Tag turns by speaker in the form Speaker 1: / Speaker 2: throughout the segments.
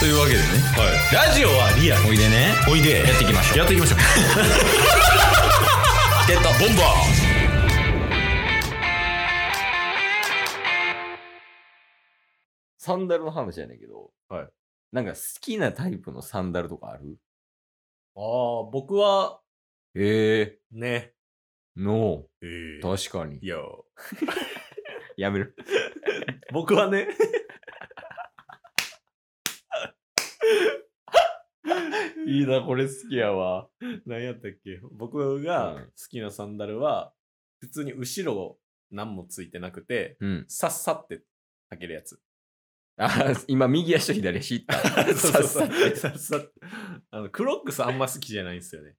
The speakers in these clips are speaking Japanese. Speaker 1: というわけでね、ラジオはリアおいでね
Speaker 2: おいで
Speaker 1: やっていきましょう
Speaker 2: やっていきましょう
Speaker 1: ゲットボンバ
Speaker 3: サンダルの話やねんけど、
Speaker 2: はい
Speaker 3: なんか好きなタイプのサンダルとかある
Speaker 2: ああ僕は
Speaker 3: え
Speaker 2: ね
Speaker 3: えの
Speaker 2: えー
Speaker 3: 確かに
Speaker 2: い。や
Speaker 3: やめる。
Speaker 2: 僕は ね
Speaker 3: いいな、これ好きやわ。
Speaker 2: 何やったっけ僕が好きなサンダルは普通に後ろ何もついてなくて
Speaker 3: うん。
Speaker 2: さっさって履ける やつ
Speaker 3: あ、今、右足と左足いった。
Speaker 2: そうそ
Speaker 3: さっ
Speaker 2: う
Speaker 3: さって
Speaker 2: さっさってあのクロックスあんま好きじゃないんですよね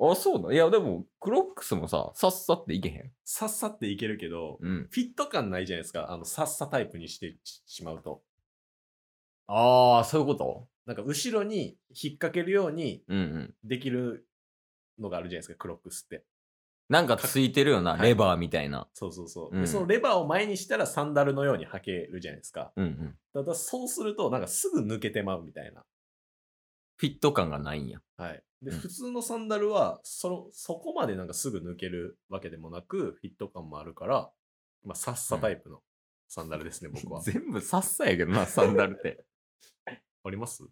Speaker 3: あ、そうだ。いや、でも、クロックスもさ、さっさっていけへん。
Speaker 2: さっさっていけるけど
Speaker 3: うん。
Speaker 2: フィット感ないじゃないですかあのさっさタイプにしてしまうと
Speaker 3: ああ、そういうこと
Speaker 2: なんか後ろに引っ掛けるように
Speaker 3: うんうん。
Speaker 2: できるのがあるじゃないですかクロックスって
Speaker 3: なんかついてるよな、
Speaker 2: はい
Speaker 3: レバーみたいな。
Speaker 2: そうそうそう、
Speaker 3: うん
Speaker 2: でそのレバーを前にしたらサンダルのように履けるじゃないですか
Speaker 3: うんうん。
Speaker 2: ただそうするとなんかすぐ抜けてまうみたいな
Speaker 3: フィット感がないんや。
Speaker 2: はいで、
Speaker 3: うん
Speaker 2: 普通のサンダルはそのそこまでなんかすぐ抜けるわけでもなくフィット感もあるからまあさっさタイプのサンダル ですね、僕は
Speaker 3: 全部さっさやけどな、サンダルって。
Speaker 2: あります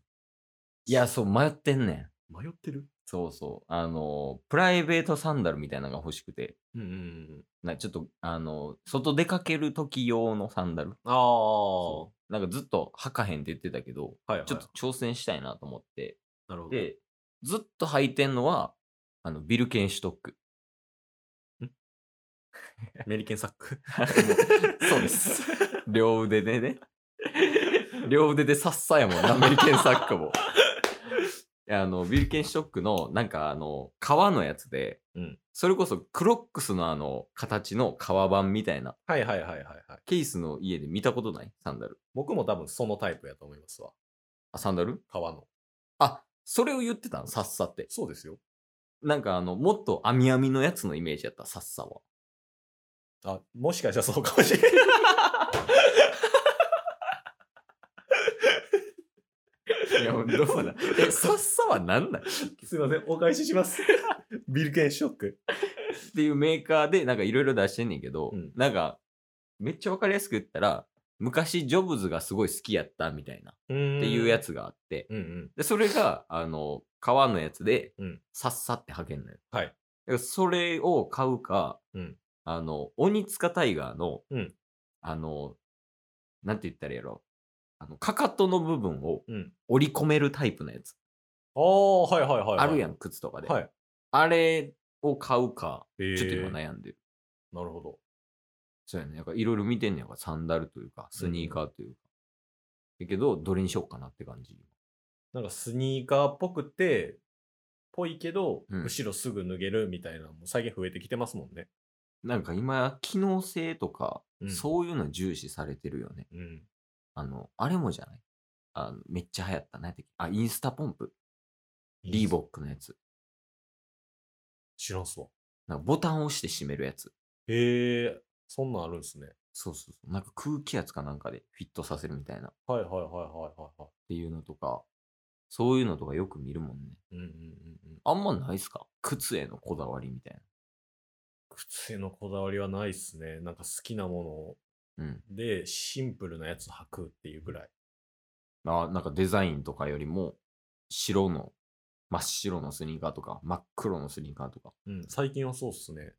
Speaker 3: いや、そう、迷ってんねん。
Speaker 2: 迷ってる
Speaker 3: そうそう。あの、プライベートサンダルみたいなのが欲しくて。
Speaker 2: うんうんうん
Speaker 3: なちょっと、あの、外出かける時用のサンダル。
Speaker 2: ああは
Speaker 3: なんかずっと履かへんって言ってたけど、
Speaker 2: いはい
Speaker 3: ちょっと挑戦したいなと思って。
Speaker 2: なるほど
Speaker 3: で、ずっと履いてんのは、あの、ビルケンシュトック。
Speaker 2: メリケンサック
Speaker 3: そうです。両腕でね。両腕でさっさやもんな、アメリケンサックも。いやあの、ビルケンシュトックの、なんかあの、革のやつで、
Speaker 2: うん
Speaker 3: それこそクロックスのあの、形の革版みたいな、
Speaker 2: はいはいはいはいはい
Speaker 3: ケースの家で見たことないサンダル。
Speaker 2: 僕も多分そのタイプやと思いますわ
Speaker 3: あ、サンダル
Speaker 2: 革の
Speaker 3: あ、それを言ってたのさっさって。
Speaker 2: そうですよ
Speaker 3: なんかあの、もっと網網のやつのイメージやった、さっさは。
Speaker 2: あもしかしたらそうかもしれない
Speaker 3: いや、どうだ。 え、さっさはなんなんっ
Speaker 2: すいませんお返ししますビルケンショック
Speaker 3: ていうメーカーで、なんかいろいろ出してんねんけど、
Speaker 2: うん
Speaker 3: なんか、めっちゃわかりやすく言ったら、昔ジョブズがすごい好きやったみたいな、
Speaker 2: って
Speaker 3: っていうやつがあって、
Speaker 2: うんうん
Speaker 3: で、それが、あの、革のやつで
Speaker 2: うん、
Speaker 3: さっさって履けんのよ。
Speaker 2: はい
Speaker 3: だからそれを買うか、
Speaker 2: うん
Speaker 3: あの、鬼塚タイガーの、
Speaker 2: うん
Speaker 3: あの、なんて言ったらいいやろ。あの、かかとの部分を
Speaker 2: うん
Speaker 3: 折り込めるタイプのやつ。
Speaker 2: ああはいはいはいはい
Speaker 3: あるや
Speaker 2: ん
Speaker 3: ん、靴とかで。
Speaker 2: はい
Speaker 3: あれを買うか、ちょっと
Speaker 2: え
Speaker 3: 今
Speaker 2: ー
Speaker 3: 悩んでる。
Speaker 2: なるほど
Speaker 3: そうやね。なんかいろいろ見てんねやから、サンダルというか、スニーカーというか。だけど、どれにしようかなって感じ。
Speaker 2: なんかスニーカーっぽくてぽいけど、
Speaker 3: うん
Speaker 2: 後ろすぐ脱げるみたいなのも最近増えてきてますもんね
Speaker 3: なんか今、機能性とか、
Speaker 2: うん
Speaker 3: そういうの重視されてるよね。
Speaker 2: うん
Speaker 3: あの、あれもじゃないあのめっちゃ流行ったね。あ、インスタポンプ。リーボックのやつ。
Speaker 2: 知らんすわ
Speaker 3: なんかボタンを押して閉めるやつ。
Speaker 2: へえそんなんあるんすね
Speaker 3: そうそうそう。なんか空気圧かなんかでフィットさせるみたいな。っ
Speaker 2: はいはいはいはいはいは
Speaker 3: ていうのとか、そういうのとかよく見るもんね。
Speaker 2: いうんうんうんうん
Speaker 3: あんまないっすか靴へのこだわりみたい
Speaker 2: 靴へのこだわりはないっすね。なんか好きなも
Speaker 3: な。うん。
Speaker 2: のでシンプルなやつ履くっていうぐらい。
Speaker 3: あなんかデザインとかよりも、白の、真っ白のスニーカーとか、真っ黒のスニーカーとか。
Speaker 2: うん、最近はそうっすね。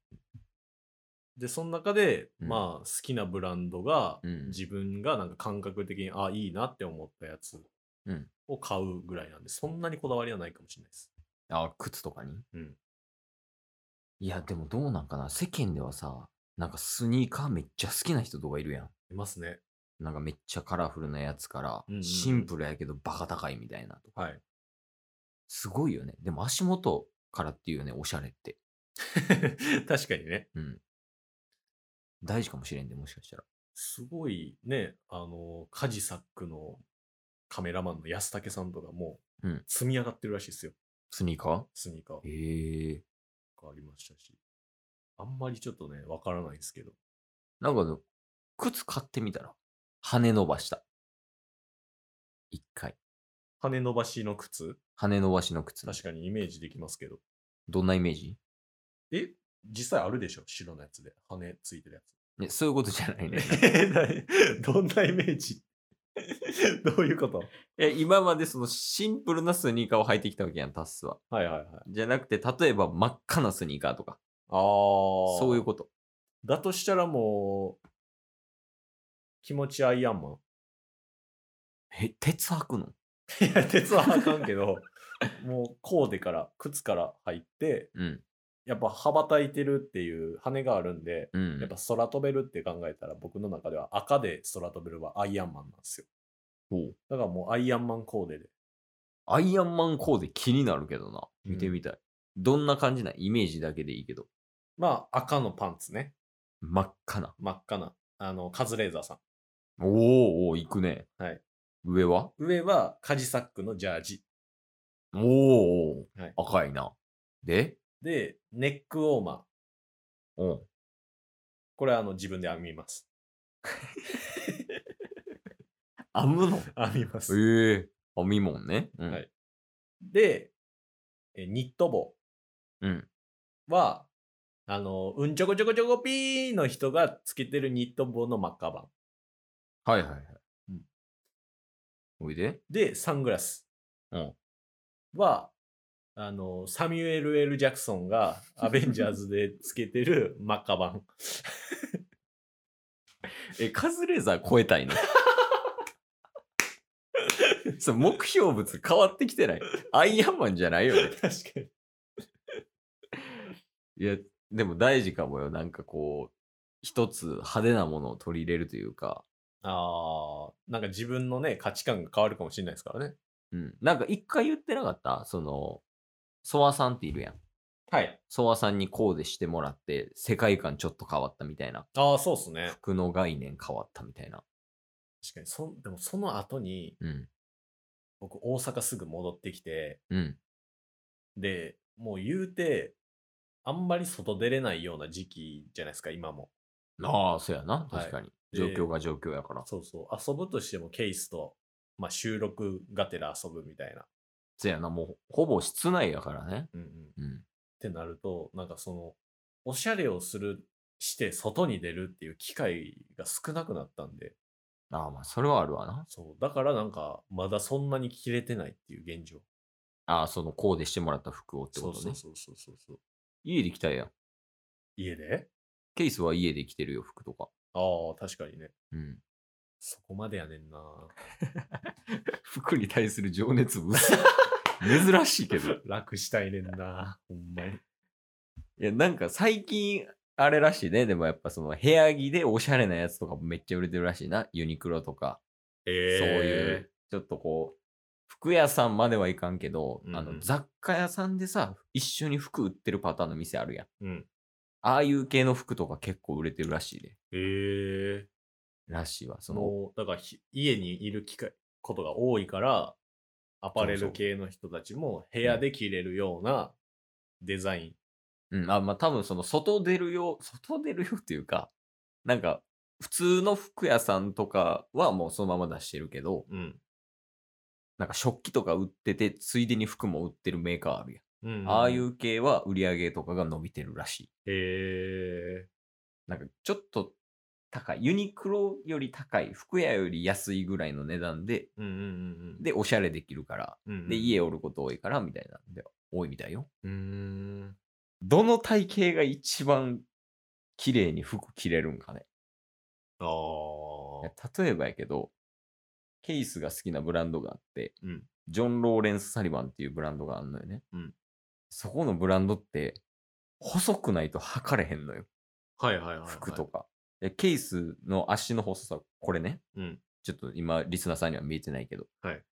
Speaker 2: で、その中で、
Speaker 3: うん
Speaker 2: まあ好きなブランドが、
Speaker 3: うん
Speaker 2: 自分がなんか感覚的に、あ、いいなって思ったやつ
Speaker 3: うん
Speaker 2: を買うぐらいなんで、そんなにこだわりはないかもしれないです。
Speaker 3: あ、靴とかに
Speaker 2: うん。
Speaker 3: いや、でもどうなんかな世間ではさ、なんかスニーカーめっちゃ好きな人とかいるやん。
Speaker 2: いますね。
Speaker 3: なんかめっちゃカラフルなやつから
Speaker 2: うんう、ん
Speaker 3: シンプルやけどバカ高いみたいなとか。
Speaker 2: はい。
Speaker 3: すごいよね。でも足元からっていうよね、おしゃれって。
Speaker 2: 確かにね。
Speaker 3: うん。大事かもしれんで、もしかしたら。
Speaker 2: すごいね、あの、カジサックのカメラマンの安武さんとかも
Speaker 3: うん、
Speaker 2: 積み上がってるらしいですよ、
Speaker 3: スニーカ
Speaker 2: スニーカー。
Speaker 3: ーへえ。
Speaker 2: とかありましたし、あんまりちょっとね、わからないですけど。
Speaker 3: なんかね、靴買ってみたら、羽伸ばした。一回。
Speaker 2: 羽伸ばしの靴
Speaker 3: 羽伸ばしの靴。
Speaker 2: 確かにイメージできますけど。
Speaker 3: どんなイメージ
Speaker 2: え実際あるでしょ白のやつで。羽ついてるやつ。
Speaker 3: ね、そういうことじゃないね。
Speaker 2: え何どんなイメージ どういうこと
Speaker 3: え、今までそのシンプルなスニーカーを履いてきたわけやん、タッスは。
Speaker 2: はいはいはい。
Speaker 3: じゃなくて、例えば真っ赤なスニーカーとか、
Speaker 2: ああ。
Speaker 3: そういうこと。
Speaker 2: だとしたらもう、気持ちアイアンマン。
Speaker 3: え、鉄履くの
Speaker 2: いや、鉄はあかんけ ど、もうコーデから、靴から入って、
Speaker 3: うん。
Speaker 2: やっぱ羽ばたいてるっていう羽があるんで、
Speaker 3: うん。
Speaker 2: やっぱ空飛べるって考えたら僕の中では赤で空飛べるはアイアンマンなんですよ。
Speaker 3: ほう
Speaker 2: だからもうアイアンマンコーデで。
Speaker 3: アイアンマンコーデ気になるけどな。見てみたい。どんな感じなんイメージだけでいいけど。
Speaker 2: まあ赤のパンツね。
Speaker 3: 真っ赤な。
Speaker 2: 真っ赤な。あの、カズレーザーさん。
Speaker 3: おーおー、行くね。
Speaker 2: はい。
Speaker 3: 上は
Speaker 2: 上はカジサックのジャージ。
Speaker 3: おーおー、
Speaker 2: はい
Speaker 3: 赤いな。で
Speaker 2: で、ネックウォーマー。
Speaker 3: うん。
Speaker 2: これあの自分で編みます。
Speaker 3: 編むのえ
Speaker 2: 編みま
Speaker 3: え。編みもんね。うん。
Speaker 2: はいで、えニット帽
Speaker 3: うん
Speaker 2: は、あの、うんちょこちょこちょこピーの人がつけてるニット帽の真っ赤版。
Speaker 3: はいはいはい。
Speaker 2: うん
Speaker 3: おいで。
Speaker 2: で、サングラス
Speaker 3: うん
Speaker 2: は、あの、サミュエル・ L ・ジャクソン がアベンジャーズでつけてる真っ赤版。
Speaker 3: え、カズレーザー超えたいのそう目標物変わってきてない。アイアンマンじゃないよね。
Speaker 2: 確かに。
Speaker 3: いや、でも大事かもよ。なんかこう、一つ派手なものを取り入れるというか、
Speaker 2: あー、なんか自分のね、価値観が変わるかもしれないですからね。
Speaker 3: うん。なんか一回言ってなかったその、ソワさんっているやん。
Speaker 2: はい。
Speaker 3: ソワさんにコーデしてもらって、世界観ちょっと変わったみたいな。
Speaker 2: あー、そうっすね。
Speaker 3: 服の概念変わったみたいな。
Speaker 2: 確かに。そんでもその後に、
Speaker 3: うん。
Speaker 2: 僕大阪すぐ戻ってきて、
Speaker 3: うん。
Speaker 2: で、もう言うて、あんまり外出れないような時期じゃないですか、今も。
Speaker 3: ああ、そうやな。
Speaker 2: は
Speaker 3: 確
Speaker 2: い
Speaker 3: かに。
Speaker 2: で
Speaker 3: 状況が状況やから。
Speaker 2: そうそう。遊ぶとしてもケースと、まあ、収録がてら遊ぶみたいな。
Speaker 3: そうやな。もう、ほぼ室内やからね。
Speaker 2: うんうん。っ
Speaker 3: うん。
Speaker 2: てなると、なんかその、おしゃれをする、して外に出るっていう機会が少なくなったんで、
Speaker 3: ああ、まあ、それはあるわな。
Speaker 2: そう。だからなんか、まだそんなに切れてないっていう現状。
Speaker 3: ああ、そのコーデしてもらった服をって
Speaker 2: そ
Speaker 3: こ
Speaker 2: う
Speaker 3: とね。
Speaker 2: そうそうそうそうそう。
Speaker 3: 家で着たいやん。
Speaker 2: 家で
Speaker 3: ケースは家で着てるよ、服とか。
Speaker 2: ああ、確かにね。
Speaker 3: うん。
Speaker 2: そこまでやねんな。
Speaker 3: 服に対する情熱薄い 珍しいけど。い
Speaker 2: 楽したいねんな。ほんまに。
Speaker 3: や、なんか最近、あれらしいね。でもやっぱその部屋着でおしゃれなやつとかめっちゃ売れてるらしいな。ユニクロとか。
Speaker 2: え
Speaker 3: そういう、ちょっとこう、服屋さんまではいかんけど、あ
Speaker 2: うん
Speaker 3: の
Speaker 2: うん
Speaker 3: 雑貨屋さんでさ、一緒に服売ってるパターンの店あるやん。
Speaker 2: うん。
Speaker 3: ああいう系の服とか結構売れてるらしいで。
Speaker 2: ええ
Speaker 3: らしいわ。その、
Speaker 2: もうだからひ家にいる機会ことが多いからアパレ
Speaker 3: そうそ
Speaker 2: ル
Speaker 3: う
Speaker 2: 系の人たちも部屋で着れるようなデザイン、
Speaker 3: うん、あ、まあ多分その外出るよう、外出るよっていうか、なんか、普通の服屋さんとかはもうそのまま出してるけど、
Speaker 2: うん
Speaker 3: なんか食器とか売ってて、ついでに服も売ってるメーカーあるやん。
Speaker 2: うんうん
Speaker 3: ああいう系は売り上げとかが伸びてるらしい。
Speaker 2: へえ
Speaker 3: なんかちょっと高い。ユニクロより高い。服屋より安いぐらいの値段で、
Speaker 2: うんうんうん
Speaker 3: で、おしゃれできるから、
Speaker 2: うんうん
Speaker 3: で、家おること多いから、みたいなんで、多いみたいよ。
Speaker 2: うーん
Speaker 3: どの体型が一番綺麗に服着れるんかね。い
Speaker 2: あ
Speaker 3: や
Speaker 2: あ
Speaker 3: 例えばやけど、ケイスが好きなブランドがあって、
Speaker 2: うん
Speaker 3: ジョン・ローレンス・サリバンっていうブランドがあるのよね。
Speaker 2: うん
Speaker 3: そこのブランドって、細くないと測れへんのよ。
Speaker 2: はいはいはい、はい、
Speaker 3: 服とか。でケースの足の細さ、これね。
Speaker 2: うん
Speaker 3: ちょっと今、リスナーさんには見えてないけど。
Speaker 2: はい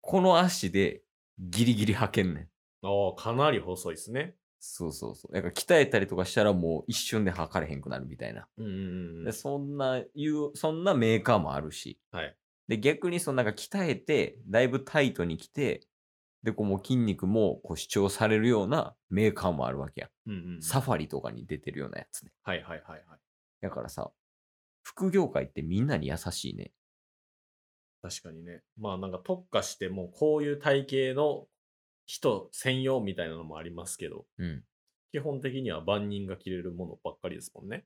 Speaker 3: この足でギリギリ履けんねん。
Speaker 2: ああかなり細いですね
Speaker 3: そうそうそう。だから鍛えたりとかしたらもう一瞬で履かれへんくなるみたいな。
Speaker 2: うんうんうん
Speaker 3: でそんな、いう、そんなメーカーもあるし。
Speaker 2: はい
Speaker 3: で、逆にそのなんか鍛えて、だいぶタイトに来て、で、こうもう筋肉もこう主張されるようなメーカーもあるわけやん。
Speaker 2: うんうん
Speaker 3: サファリとかに出てるようなやつね。
Speaker 2: はいはいはいはい
Speaker 3: だからさ、副業界ってみんなに優しいね。
Speaker 2: 確かにね。まあなんか特化してもうこういう体型の人専用みたいなのもありますけど、
Speaker 3: うん。っ
Speaker 2: 基本的には万人が着れるものばっかりですもんね。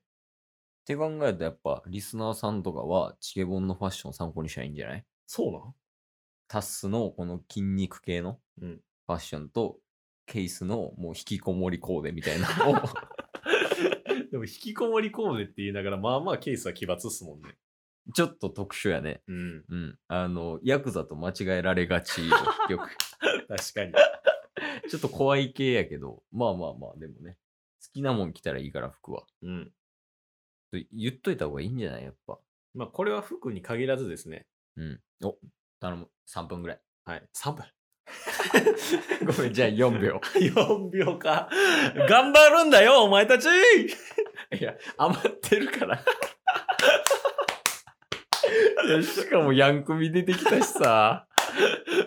Speaker 3: て考えるとやっぱリスナーさんとかはチケボンのファッションを参考にしたらいいんじゃない
Speaker 2: そうなん
Speaker 3: タスのこの筋肉系の
Speaker 2: う
Speaker 3: フ
Speaker 2: ん
Speaker 3: ァッションと、ケースのもう引きこもりコーデみたいな のを
Speaker 2: でも引きこもりコーデって言いながら、まあまあケースは奇抜っすもんね。
Speaker 3: ちょっと特殊やね。
Speaker 2: うん。
Speaker 3: うん。あの、ヤクザと間違えられがちよ。よ く。
Speaker 2: 確かに。
Speaker 3: ちょっと怖い系やけど、まあまあまあ、でもね。好きなもん着たらいいから、服は。
Speaker 2: うん。
Speaker 3: と言っといた方がいいんじゃないやっぱ。
Speaker 2: まあこれは服に限らずですね。
Speaker 3: うん。お、頼む。3分ぐらい。
Speaker 2: はい。3分。
Speaker 3: ごめん、じゃあ4秒。
Speaker 2: 4秒か。頑張るんだよ、お前たち
Speaker 3: いや、余ってるから。いやしかもヤンクミ出てきたしさ。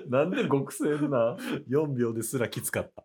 Speaker 3: なんで極性な。
Speaker 2: !4 秒ですらきつかった。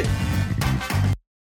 Speaker 1: す